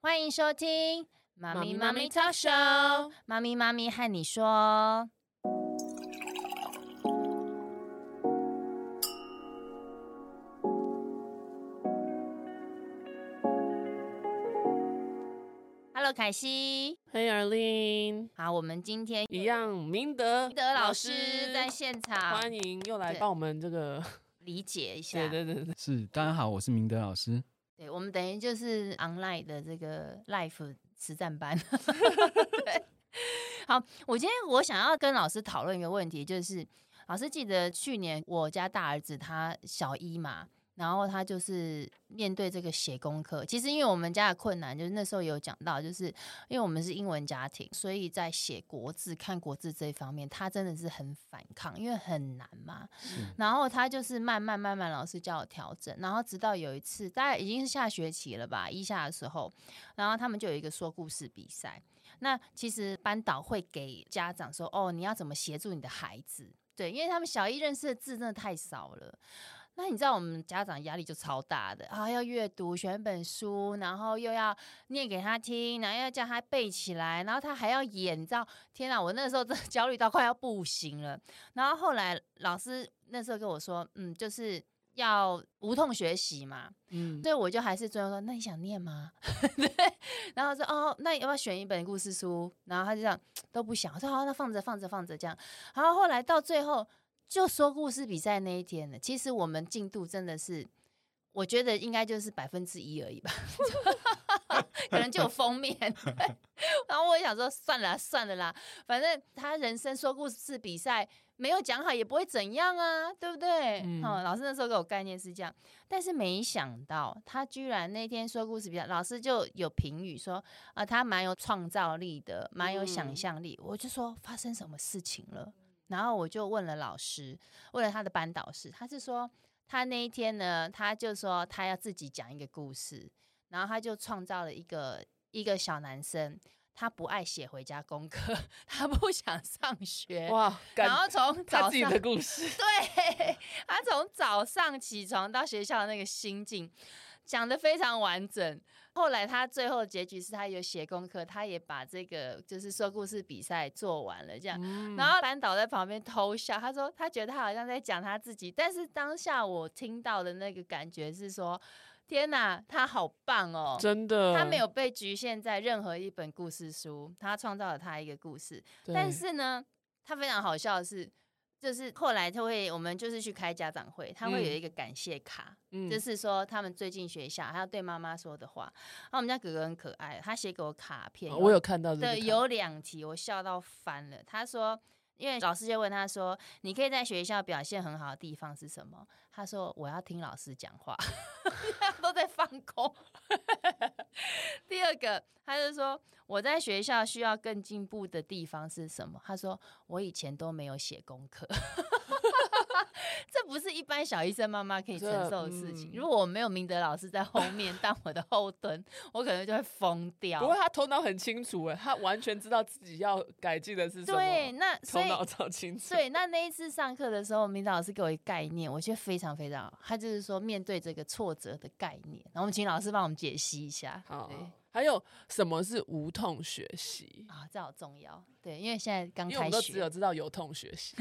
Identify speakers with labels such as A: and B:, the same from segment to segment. A: 欢迎收听《妈咪妈咪超手》，妈咪妈咪和你说。Hello，凯西。
B: 嘿，Arlene，
A: 好，我们今天
B: 一样，明德
A: 一德老师在现场，
B: 欢迎又来帮我们这个，
A: 理解一下。
B: 对对对对，
C: 是，大家好，我是明德老师。
A: 对我们等于就是 online 的这个 life 实战班。 对，好，我今天我想要跟老师讨论一个问题，就是老师记得去年我家大儿子他小一嘛，然后他就是面对这个写功课，其实因为我们家的困难，就是那时候有讲到，就是因为我们是英文家庭，所以在写国字、看国字这一方面，他真的是很反抗，因为很难嘛。然后他就是慢慢慢慢，老师叫我调整，然后直到有一次，大概已经是下学期了吧，一下的时候，然后他们就有一个说故事比赛。那其实班导会给家长说，哦，你要怎么协助你的孩子？对，因为他们小一认识的字真的太少了。那你知道我们家长压力就超大的啊，要阅读选一本书，然后又要念给他听，然后要叫他背起来，然后他还要演，你知道？天啊哪，我那时候真的焦虑到快要不行了。然后后来老师那时候跟我说，嗯，就是要无痛学习嘛，
B: 嗯，
A: 所以我就还是最后说，那你想念吗？ 对，然后说哦，那要不要选一本故事书？然后他就这样都不想，我说好，那放着放着放着这样。然后后来到最后就说故事比赛那一天了，其实我们进度真的是。我觉得应该就是百分之一而已吧，可能就有封面。 对然后我也想说，算了啦啊算了啦，反正他人生说故事比赛没有讲好也不会怎样啊，对不对？
B: 嗯
A: 哦，老师那时候给我概念是这样，但是没想到他居然那天说故事比赛，老师就有评语说啊、他蛮有创造力的，蛮有想象力。我就说发生什么事情了？然后我就问了老师，问了他的班导师，他是说他那一天呢，他就说他要自己讲一个故事，然后他就创造了一个一个小男生，他不爱写回家功课， 他不想上学，
B: 哇，
A: 然
B: 感
A: 后从
B: 他
A: 早
B: 自己
A: 上
B: 的 故事，
A: 对，他从早上起床到学校的那个心境讲的非常完整。后来他最后结局是他有写功课，他也把这个就是说故事比赛做完了这样。
B: 嗯
A: 然后班导在旁边偷笑，他说他觉得他好像在讲他自己，但是当下我听到的那个感觉是说，天哪，他好棒哦！
B: 真的，
A: 他没有被局限在任何一本故事书，他创造了他一个故事。
B: 对，
A: 但是呢，他非常好笑的是，就是后来他会，我们就是去开家长会，他会有一个感谢卡，
B: 嗯
A: 就是说他们最近学校还要对妈妈说的话。然后我们家哥哥很可爱，他写给我卡片，
B: 哦我有看到这个
A: 对，
B: 卡
A: 有两题我笑到翻了。他说，因为老师就问他说，你可以在学校表现很好的地方是什么？他说，我要听老师讲话， 他都在放空。 第二个，他就说我在学校需要更进步的地方是什么？他说我以前都没有写功课。 这不是一般小医生妈妈可以承受的事情。
B: 这嗯
A: 如果我没有明德老师在后面当我的后盾，我可能就会疯掉。
B: 不过他头脑很清楚哎，他完全知道自己要改进的是什么，
A: 对，，那所
B: 头
A: 以
B: 脑超清楚，
A: 所以那那一次上课的时候，明导老师给我一个概念，我觉得非常非常好。他就是说面对这个挫折的概念，然后我们请老师帮我们解析一下。
B: 好
A: 对。
B: 还有什么是无痛学习？
A: 啊，这好重要。对，因为现在刚
B: 因为我
A: 开
B: 们都只有
A: 学，
B: 知道有痛学 习，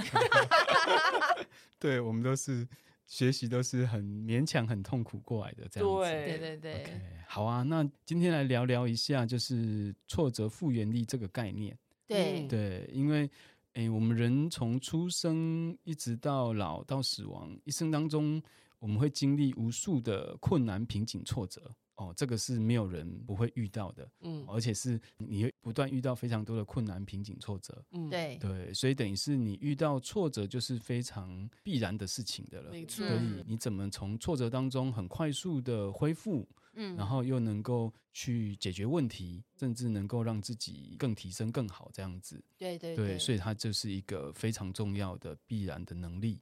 C: 对，我们都是学习，都是很勉强、很痛苦过来的这样子。
B: 对
A: 对对对
C: OK，好啊，那今天来聊聊一下，就是挫折复原力这个概念。
A: 对
B: 嗯
C: 对，因为诶，我们人从出生一直到老到死亡，一生当中我们会经历无数的困难、瓶颈、挫折。哦，这个是没有人不会遇到的，
B: 嗯
A: 哦
C: 而且是你会不断遇到非常多的困难、瓶颈、挫折。
B: 嗯，
A: 对
C: 对，所以等于是你遇到挫折就是非常必然的事情的了。
B: 没错
C: 所，
A: 嗯
C: 以你怎么从挫折当中很快速的恢复，
A: 嗯
C: 然后又能够去解决问题，甚至能够让自己更提升更好这样子。
A: 对对
C: 对，所
A: 以
C: 以它就是一个非常重要的必然的能力。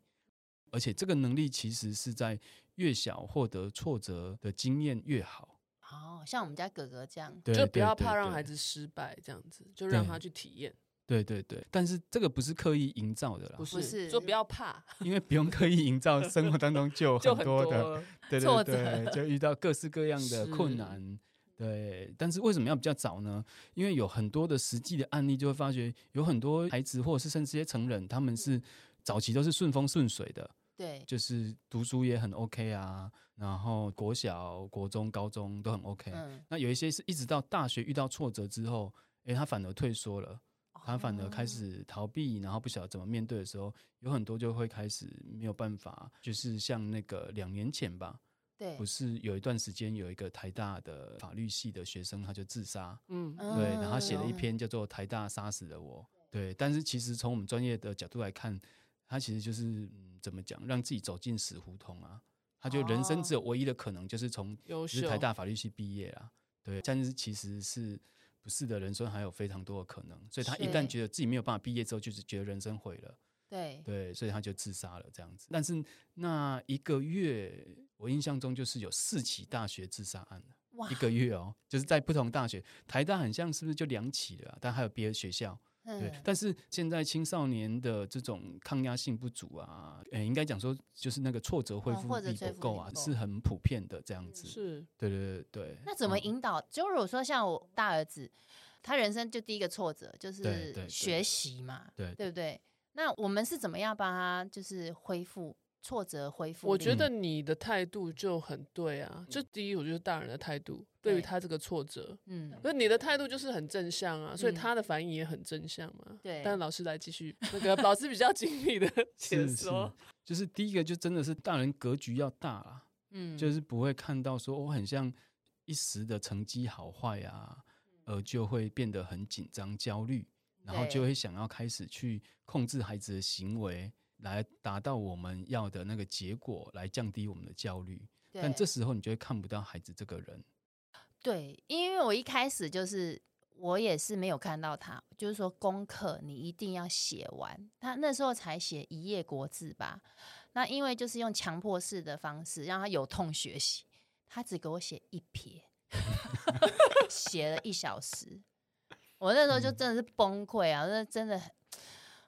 C: 而且这个能力其实是在越小获得挫折的经验越好，
A: 哦，像我们家哥哥这样，
C: 对
B: 就不
C: 对
B: 要
C: 对
B: 怕让
C: 对
B: 孩子失败，这样子就让
C: 对
B: 他去体验，
C: 对对对，但是这个不是刻意营造的啦
B: 不，
A: 是
B: 是，就不要怕，
C: 因为不用刻意营造， 生活当中就有
B: 就
C: 很
B: 很
C: 多的
B: 了
C: 对
A: 挫
C: 对对，就遇到各式各样的
B: 是
C: 困难，对，但是为什么要比较早呢？因为有很多的实际的案例，就会发觉有很多孩子，或者是甚至一些成人，他们是早期都是顺风顺水的，
A: 对，
C: 就是读书也很 OK 啊，然后国小、国中、高中都很 OK。
A: 嗯，
C: 那有一些是一直到大学遇到挫折之后，诶，他反而退缩了，他反而开
A: 哦
C: 始逃避，然后不晓得怎么面对的时候，有很多就会开始没有办法，就是像那个两年前吧，
A: 对
C: 不，是有一段时间有一个台大的法律系的学生他就自杀，
B: 嗯，
C: 对，然后他写了一
A: 嗯
C: 篇叫做《台大杀死了我》，对，但是其实从我们专业的角度来看，他其实就是、嗯、怎么讲，让自己走进死胡同啊，他就人
A: 哦
C: 生只有唯一的可能就是从
B: 优
C: 就是
B: 秀，
C: 台大法律系毕业啊，对，但是其实是不是的人生还有非常多的可能，所以他一旦
A: 是
C: 觉得自己没有办法毕业之后，就是觉得人生毁了。
A: 对，
C: 对，所以他就自杀了这样子。但是那一个月，我印象中就是有四起大学自杀案了
A: 哇
C: 一个月哦，就是在不同大学，台大很像是不是就两起了啊、但还有别的学校。对，
A: 嗯
C: 但是现在青少年的这种抗压性不足啊，呃，应该讲说就是那个挫折恢
A: 哦
C: 复
A: 或者
C: 力
A: 恢
C: 不
A: 复
C: 够
A: 力
C: 啊，
A: 不够嗯
C: 是很普遍的这样子。
B: 是
C: 对对对对。
A: 那怎么
C: 嗯
A: 引导？就如果说像我大儿子，他人生就第一个挫折就
C: 对对
A: 是
C: 对
A: 学习嘛，
C: 对
A: 对不对？那我们是怎么样帮他就是恢复挫折恢复力？
B: 我
C: 嗯
B: 觉得你的态度就很对啊，就第一，我觉得大人的态度对于
A: 嗯对
B: 他这个挫折，
A: 嗯，
B: 可是你的态度就是很正向啊，所以
A: 嗯
B: 他的反应也很正向嘛。
A: 对
B: 但老师来继续那个老师比较精密的解
C: 是是
B: 说，，
C: 就是第一个就真的是大人格局要大啦、
A: 嗯，
C: 就是不会看到说我很像一时的成绩好坏啊，而就会变得很紧张焦虑，然后
A: 嗯对
C: 就会想要开始去控制孩子的行为，来达到我们要的那个结果，来降低我们的焦虑。但
A: 对
C: 这时候你就会看不到孩子这个人，
A: 对，因为我一开始就是我也是没有看到他，就是说功课你一定要写完，他那时候才写一页国字吧。那因为就是用强迫式的方式让他有痛学习，他只给我写一撇， 写了一小时，我那时候就
C: 嗯
A: 真的是崩溃啊，那真的很。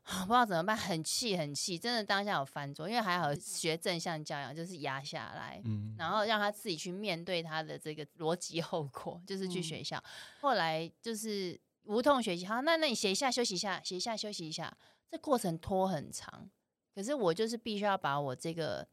A: 啊不知道怎么办，很气很气，真的当下有翻桌，因为还好学正向教养，就是压下来，
C: 嗯，
A: 然后让他自己去面对他的这个逻辑后果，就是去
B: 嗯
A: 学校。后来就是无痛学习，好，那那你写一下，休息一下，写一下，休息一下，这过程拖很长。可是我就是必须要把我这个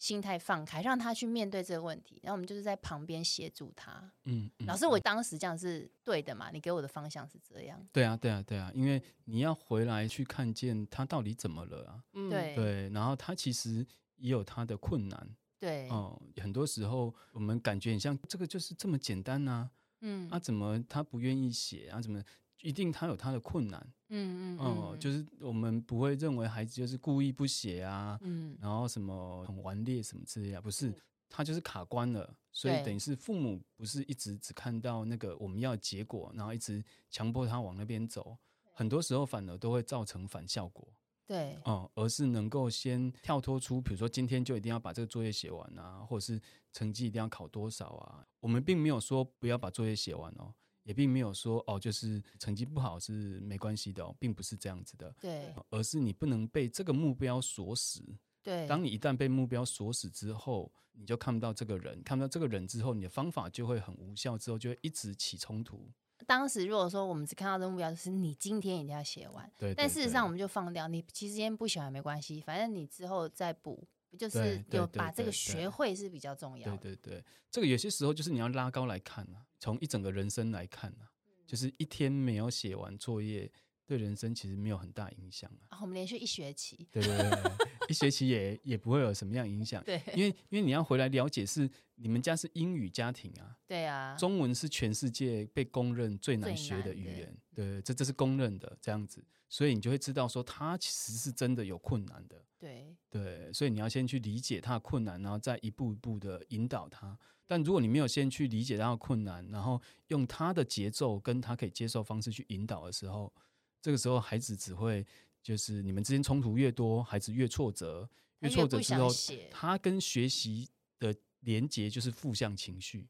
A: 心态放开，让他去面对这个问题。然后我们就是在旁边协助他。
C: 嗯，嗯
A: 老师，我当时这样是对的嘛？你给我的方向是这样，
C: 对啊，对啊，对啊，因为你要回来去看见他到底怎么了啊，
B: 嗯，
A: 对
C: 对，然后他其实也有他的困难，
A: 对，
C: 哦，很多时候我们感觉很像这个就是这么简单呐、
A: 嗯
C: 啊怎么他不愿意写啊？怎么一定他有他的困难？
A: 嗯嗯
C: 哦、
A: 嗯，
C: 就是是我们不会认为孩子就是故意不写啊，
A: 嗯
C: 然后什么很顽劣什么之类的，啊不是，他就是卡关了。所以
A: 对
C: 等于是父母不是一直只看到那个我们要的结果，然后一直强迫他往那边走，很多时候反而都会造成反效果。
A: 对
C: 哦、而是能够先跳脱出，比如说今天就一定要把这个作业写完啊，或者是成绩一定要考多少啊。我们并没有说不要把作业写完哦，也并没有说哦，就是成绩不好是没关系的哦，并不是这样子的，
A: 对
C: 呃而是你不能被这个目标锁死。
A: 对，
C: 当你一旦被目标锁死之后，你就看不到这个人，看不到这个人之后，你的方法就会很无效，之后就会一直起冲突。
A: 当时如果说我们只看到这目标，就是你今天一定要写完，
C: 对，
A: 但
C: 对
A: 事实
C: 对
A: 上我们就放掉，你其实今天不喜欢没关系，反正你之后再补，就
C: 对
A: 是
C: 对
A: 有
C: 对
A: 把这
C: 对
A: 个
C: 对
A: 学会是比较重要
C: 对
A: 的。
C: 对对，这个有些时候就是你要拉高来看啊，从一整个人生来看啊，就是一天没有写完作业，对人生其实没有很大影响啊。
A: 啊，我们连续一学期，
C: 对对对对，对一学期也也不会有什么样影响，
A: 对
C: 因为因为你要回来了解是你们家是英语家庭啊，
A: 对啊，
C: 中文是全世界被公认最难
A: 最
C: 学的
A: 难
C: 语
A: 的
C: 言，对，这这是公认的这样子，所以你就会知道说他其实是真的有困难的，
A: 对
C: 对，所以你要先去理解他的困难，然后再一步一步的引导他。但如果你没有先去理解他的困难，然后用他的节奏跟他可以接受方式去引导的时候，这个时候孩子只会就是你们之间冲突越多，孩子越挫折，
A: 他
C: 挫
A: 越
C: 折
A: 不
C: 之
A: 想
C: 后，
A: 写，
C: 他跟学习的连结就是负向情绪。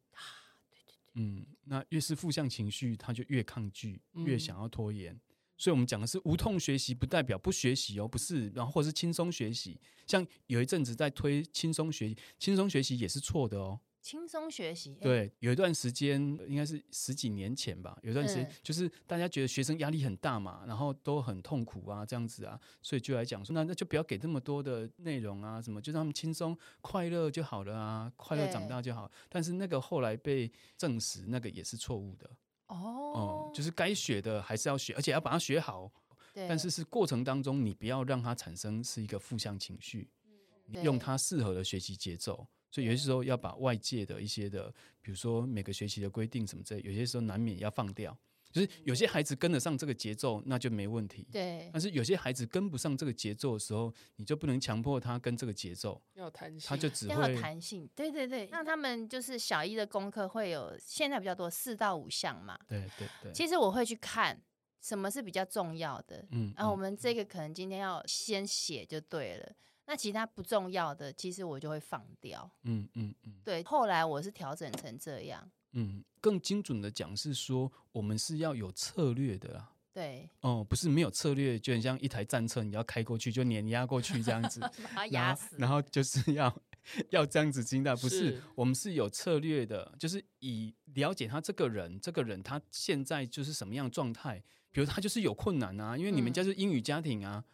C: 嗯，那越是负向情绪，他就越抗拒，越
B: 嗯
C: 想要拖延。所以，我们讲的是无痛学习，不代表不学习哦，不是，然后或是轻松学习。像有一阵子在推轻松学习，轻松学习也是错的哦，
A: 轻松学习，哎，
C: 对，有一段时间应该是十几年前吧，有一段时间、
A: 嗯
C: 就是大家觉得学生压力很大嘛，然后都很痛苦啊，这样子啊，所以就来讲说，那那就不要给这么多的内容啊，什么就让他们轻松快乐就好了啊，快乐长
A: 对
C: 大就好。但是那个后来被证实，那个也是错误的哦、
A: 哦，
C: 就是是该学的还是要学，而且要把它学好。
A: 对，
C: 但是是过程当中，你不要让它产生是一个负向情绪，你用
A: 对
C: 它适合的学习节奏。所以有些时候要把外界的一些的，比如说每个学期的规定什么之类，有些时候难免要放掉。就是有些孩子跟得上这个节奏，那就没问题。
A: 对
C: 但是有些孩子跟不上这个节奏的时候，你就不能强迫他跟这个节奏，
B: 要弹性，
C: 他就只
A: 要有
C: 会
A: 弹性，对对对，让他们就是小一的功课会有现在比较多四到五项嘛，
C: 对对对。
A: 其实我会去看什么是比较重要的，
C: 嗯
A: 然后呃我
C: 嗯
A: 们这个可能今天要先写就对了。那其他不重要的，其实我就会放掉。
C: 嗯嗯嗯
A: 对，后来我是调整成这样。
C: 嗯，更精准的讲是说，我们是要有策略的啦。
A: 对，
C: 哦，不是没有策略，就很像一台战车，你要开过去就碾压过去这样子，
A: 把它
C: 然
A: 压
C: 后
A: 死。
C: 然后就是要要这样子精打，不是
B: 是
C: 我们是有策略的，就是以了解他这个人，这个人他现在就是什么样的状态，比如他就是有困难啊，因为你们
A: 嗯
C: 家是英语家庭啊。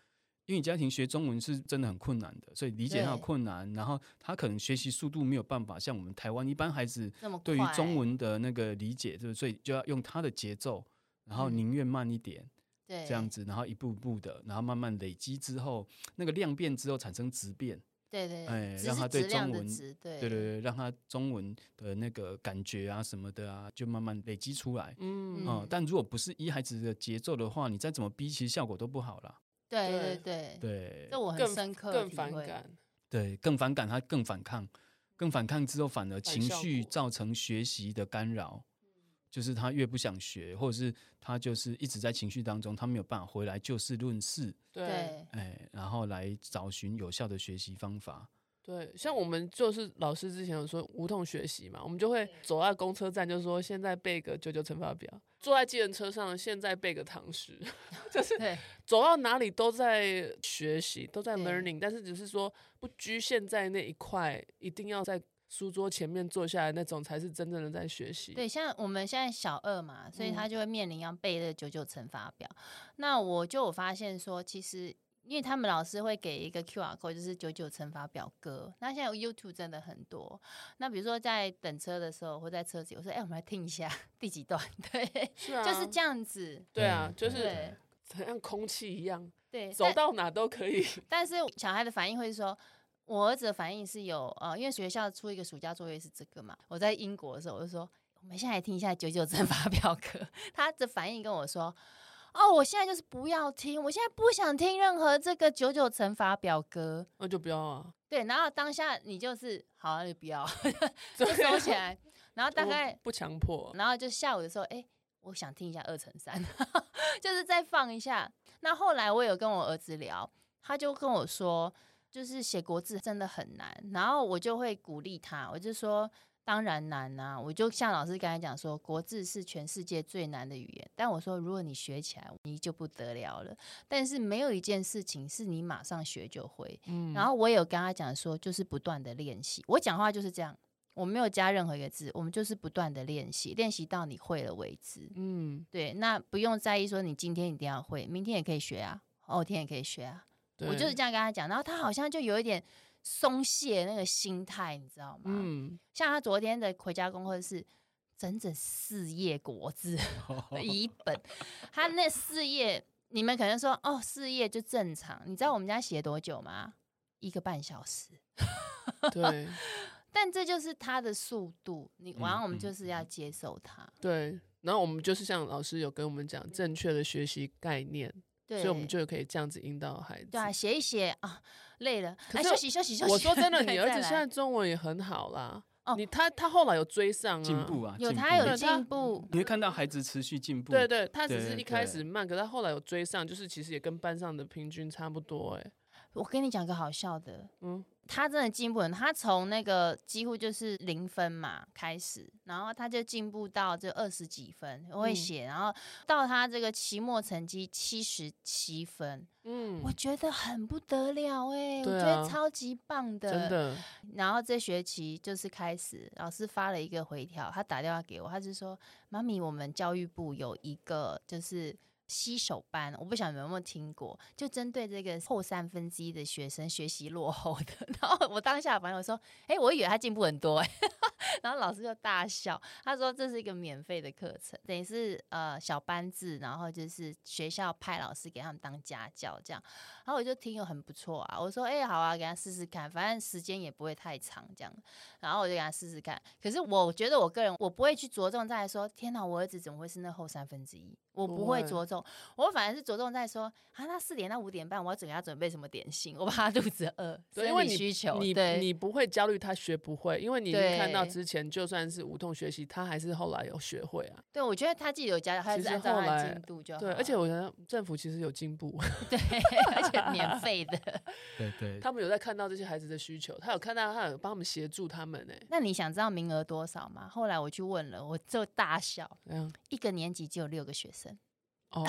C: 英语家庭学中文是真的很困难的，所以理解他有
A: 对
C: 困难，然后他可能学习速度没有办法像我们台湾一般孩子
A: 那么
C: 对于
A: 快
C: 中，文的那个理解，对不对？所以就要用他的节奏，然后
A: 嗯
C: 宁愿慢一点，
A: 对
C: 这样，子，然后一步一步的，然后慢慢累积之后，那个量变之后产生质变，
A: 对对，
C: 哎
A: 只
C: 让
A: 是
C: 他对
A: 质量
C: 中
A: 的
C: 文
A: 值，对
C: 对对对，让它中文的那个感觉啊什么的啊，就慢慢累积出来。
B: 嗯
C: 嗯
A: 嗯，
C: 但如果不是依孩子的节奏的话，你再怎么逼，其实效果都不好啦。
A: 对
B: 对
A: 对对，
C: 对
A: 这我很
B: 更
A: 深刻
B: 更
A: 体
B: 反
A: 嗯会。
B: 感，
C: 对，更反感，他更反抗，更反抗之后，反而
B: 反
C: 情
B: 效
C: 绪
B: 果
C: 造成学习的干扰，就是他越不想学，或者是他就是一直在情绪当中，他没有办法回来就事论事，
B: 对
A: 对
C: 哎，然后来找寻有效的学习方法。
B: 对，像我们就是老师之前有说无痛学习嘛，我们就
A: 嗯
B: 会走到公车站就说现在背个九九乘法表，坐在计程车上现在背个唐诗， 就是
A: 对
B: 走到哪里都在学习，都在
A: 对
B: learning，但是只是说不局限在那一块，一定要在书桌前面坐下来那种才是真正的在学习。
A: 对，像我们现在小二嘛，所以他
B: 嗯
A: 就会面临要背这九九乘法表。那我就有发现说，其实因为他们老师会给一个 QR code，就是九九乘法表歌。那现在 YouTube 真的很多。那比如说在等车的时候，或在车子，我说：“哎、我们来听一下 第几段。”对，
B: 是啊，
A: 就是这样子。
B: 对啊，就
A: 对
B: 是很像空气一样，
A: 对，
B: 走到哪都可以。
A: 但是小孩的反应会是说，我儿子的反应是有呃，因为学校出一个暑假作业是这个嘛，我在英国的时候我就说，我们现在来听一下九九乘法表格， 他的反应跟我说。哦，我现在就是不要听，我现在不想听任何这个九九乘法表格。
B: 那就不要啊，
A: 对，然后当下你就是好、啊，你不要
B: 就
A: 收起 来，然后大概，
B: 不强迫啊、
A: 然后就下午的时候，哎、我想听一下二乘三， 就是再放一下。那后来我有跟我儿子聊，他就跟我说，就是写国字真的很难，然后我就会鼓励他，我就说。当然难啊！我就像老师刚才讲说，国字是全世界最难的语言。但我说，如果你学起来，你就不得了了。但是没有一件事情是你马上学就会。
B: 嗯
A: 然后我也有跟他讲说，就是不断的练习。我讲话就是这样，我没有加任何一个字，我们就是不断的练习，练习到你会了为止。
B: 嗯，
A: 对，那不用在意说你今天一定要会，明天也可以学啊，后天也可以学啊。我就是
B: 对
A: 这样跟他讲，然后他好像就有一点松懈那个心态，你知道吗？
B: 嗯，
A: 像他昨天的回家功课是整整四页国 字一本，他那四页你们可能说哦四页就正常，你知道我们家写多久吗？一个半小时。
B: 对
A: 但这就是他的速度，你然后我们
C: 嗯
A: 就是要接受他。
B: 对。然后我们就是像老师有跟我们讲正确的学习概念，
A: 对，
B: 所以我们就可以这样子引导孩子。
A: 对啊，写一写啊，累了，
B: 可
A: 来
B: 是
A: 休息休息休息。
B: 我 说真的，
A: 对
B: 你儿
A: 再
B: 子
A: 来
B: 现在中文也很好啦。
A: 哦
B: 你他他后来有追上啊，
C: 进步啊，
A: 嗯有
C: 进
A: 他
C: 步
A: 有
B: 对他
A: 进步，
C: 你会看到孩子持续进步。
B: 对对，他只是
C: 对
B: 一开
C: 对
B: 始慢，可他后来有追上，就是其实也跟班上的平均差不多、欸。哎，
A: 我跟你讲个好笑的，
B: 嗯，
A: 他真的进步很，他从那个几乎就是零分嘛开始，然后他就进步到这二十几分，我会
B: 嗯
A: 写，然后到他这个期末成绩七十七分，
B: 嗯
A: 我，觉得很不得了哎、我
B: 对
A: 觉得
B: 啊
A: 超级棒的，
B: 真的，
A: 然后这学期就是开始，老师发了一个回条，他打电话给我，他是说：“妈咪，我们教育部有一个就是吸手班，我不晓得你们有没有听过，就针对这个后三分之一的学生学习落后的。” 然后我当下反应我说：“哎、我以为他进步很多哎、 然后老师就大笑，他说：“这是一个免费的课程，等于是呃小班制，然后就是学校派老师给他们当家教这样。”然后我就听有很不错啊，我说哎、好啊，给他试试看，反正时间也不会太长这样。然后我就给他试试看，可是我觉得我个人我不会去着重在说，天哪，我儿子怎么会是那后三分之一？我
B: 不
A: 不会
B: 会
A: 着重，我反而是着重在说啊，那四点到五点半我要准备他准备什么点心，我怕他肚子饿，
B: 对，因
A: 生
B: 为
A: 理
B: 你
A: 需求，
B: 你
A: 对
B: 你不会焦虑他学不会，因为你已经看到
A: 对
B: 之前就算是无痛学习，他还是后来有学会啊。
A: 对，我觉得他自己有加，他
B: 其
A: 就是
B: 实
A: 按照
B: 后
A: 他的
B: 来
A: 进度就好
B: 对，
A: 了。
B: 而且我觉得政府其实有进步，
A: 对，而且免费的。
C: 对对，
B: 他们有在看到这些孩子的需求，他有看到，他有帮他们协助他们呢。 欸
A: 那你想知道名额多少吗？后来我去问了，我就大笑，
B: 这样
A: 一个年级只有六个学生。嗯
B: 哦，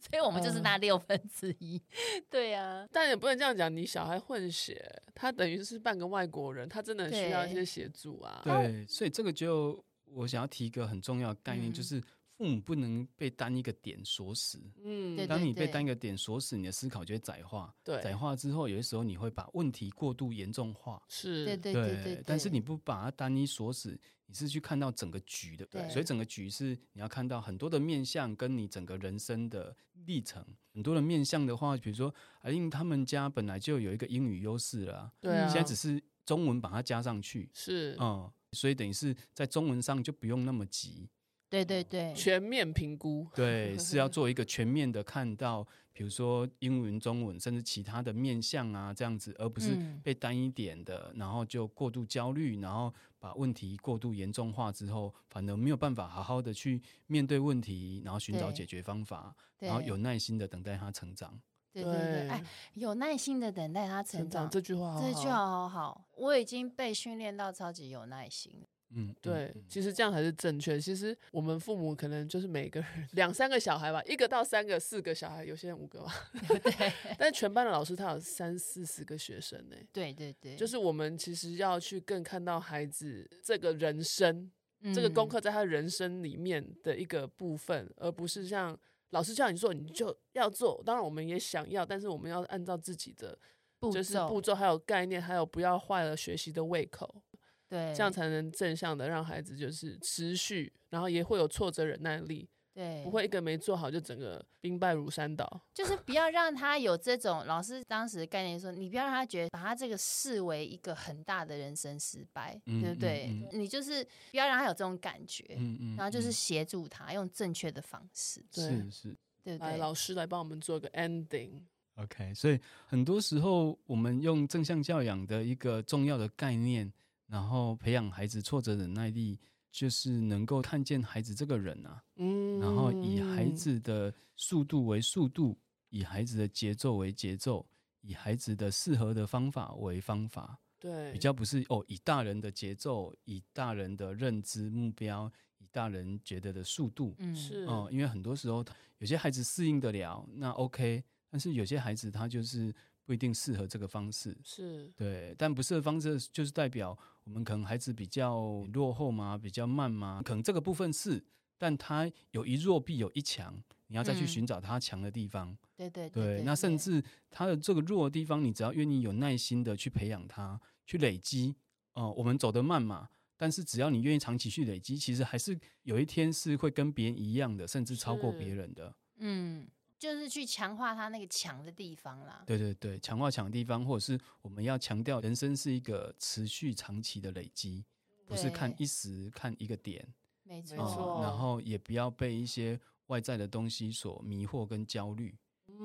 A: 所以我们就是那六分之一。 对呀、
B: 但也不能这样讲，你小孩混血，他等于是半个外国人，他真的很需要一些
A: 对
B: 协助啊。
A: 哦
C: 对，所以这个就我想要提一个很重要的概念，就
A: 嗯
C: 是父母不能被单一个点锁死。
B: 嗯，
A: 对
C: 当你被单一个点锁死，你的思考就会窄化。
B: 对
C: 窄化之后，有些时候你会把问题过度严重化。
B: 是，
A: 对对对对。
C: 但是你不把它单一锁死，你是去看到整个局的。
A: 对
C: 所以整个局是你要看到很多的面向，跟你整个人生的历程。很多的面向的话，比如说阿令他们家本来就有一个英语优势了啊、
B: 对啊，
C: 现在只是中文把它加上去。
B: 是
C: 嗯，所以等于是在中文上就不用那 么急，
A: 对对对，
B: 全面评估，
C: 对，是要做一个全面的看到，比如说英文、中文，甚至其他的面向啊，这样子，而不是
A: 嗯
C: 被单一点的，然后就过度焦虑，然后把问题过度严重化之后，反而没有办法好好的去面对问题，然后寻找
A: 对
C: 解决方法，
A: 对
C: 然后有耐心的等待它成长。
A: 对对对，哎，有耐心的等待他成
B: 成
A: 长，
B: 长这句话好好，
A: 这句话好好。我已经被训练到超级有耐心了。
C: 嗯，
B: 对
C: 嗯，
B: 其实这样才是正确。其实我们父母可能就是每个人两三个小孩吧，一个到三个、四个小孩，有些人五个吧。对。 但是全班的老师他有三四十个学生欸呢、
A: 对对对，
B: 就是我们其实要去更看到孩子这个人生，这个
A: 嗯
B: 功课在他人生里面的一个部分，而不是像老师叫你做你就要做。当然我们也想要，但是我们要按照自己的
A: 步
B: 就是
A: 骤
B: 步骤还有概念，还有不要坏了学习的胃口。
A: 对，
B: 这样才能正向的让孩子就是持续，然后也会有挫折忍耐力，
A: 对
B: 不会一个没做好就整个兵败如山倒。
A: 就是不要让他有这种老师当时的概念说，你不要让他觉得把他这个视为一个很大的人生失败，
C: 嗯
A: 对不对？
C: 嗯
A: 你就是不要让他有这种感觉，
C: 嗯嗯，
A: 然后就是
C: 嗯
A: 协助他用正确的方式，
B: 对
C: 是是。
A: 对不
B: 来，
A: 对？
B: 哎老师来帮我们做个 ending。
C: OK，所以很多时候我们用正向教养的一个重要的概念，然后培养孩子挫折忍耐力，就是能够看见孩子这个人啊，
B: 嗯
C: 然后以孩子的速度为速度，以孩子的节奏为节奏，以孩子的适合的方法为方法，
B: 对
C: 比较不是哦，以大人的节奏，以大人的认知目标，以大人觉得的速度，
A: 嗯，
B: 是
C: 哦、因为很多时候他有些孩子适应得了，那 OK，但是有些孩子他就是不一定适合这个方式。
B: 是
C: 对，但不适合方式就是代表我们可能孩子比较落后嘛，比较慢嘛，可能这个部分是，但他有一弱必有一强，你要再去
A: 嗯
C: 寻找他强的地方。
A: 对对
C: 对，那甚至他的这个弱的地方，你只要愿意有耐心的去培养它，去累积。哦、我们走得慢嘛，但是只要你愿意长期去累积，其实还是有一天是会跟别人一样的，甚至超过别
B: 是
C: 人的。
A: 嗯，就是去强化他那个强的地方啦。
C: 对对对，强化强的地方，或者是我们要强调，人生是一个持续长期的累积，不是看
A: 对
C: 一时看一个点。啊
A: 没错，
B: 没错
C: 然后也不要被一些外在的东西所迷惑跟焦虑。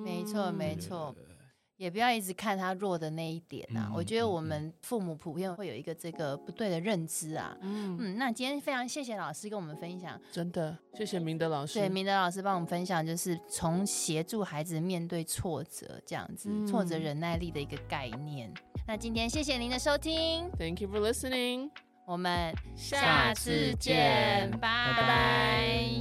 A: 没错，
B: 嗯
A: 没
C: 对对
A: 错
C: 对。对
A: 也不要一直看他弱的那一点啊。
C: 嗯
A: 我
C: 嗯
A: 觉得
C: 嗯
A: 我
C: 嗯
A: 们父母普遍会有一个这个不对的认知啊。
B: 嗯，
A: 嗯，那今天非常谢谢老师跟我们分享，
B: 真的，谢谢明德老师。
A: 对，明德老师帮我们分享，就是从协助孩子面对挫折这样子，挫折
B: 嗯
A: 忍耐力的一个概念。那今天谢谢您的收听，
B: Thank you for listening.
A: 我们
C: 下次见拜
A: 拜
C: 拜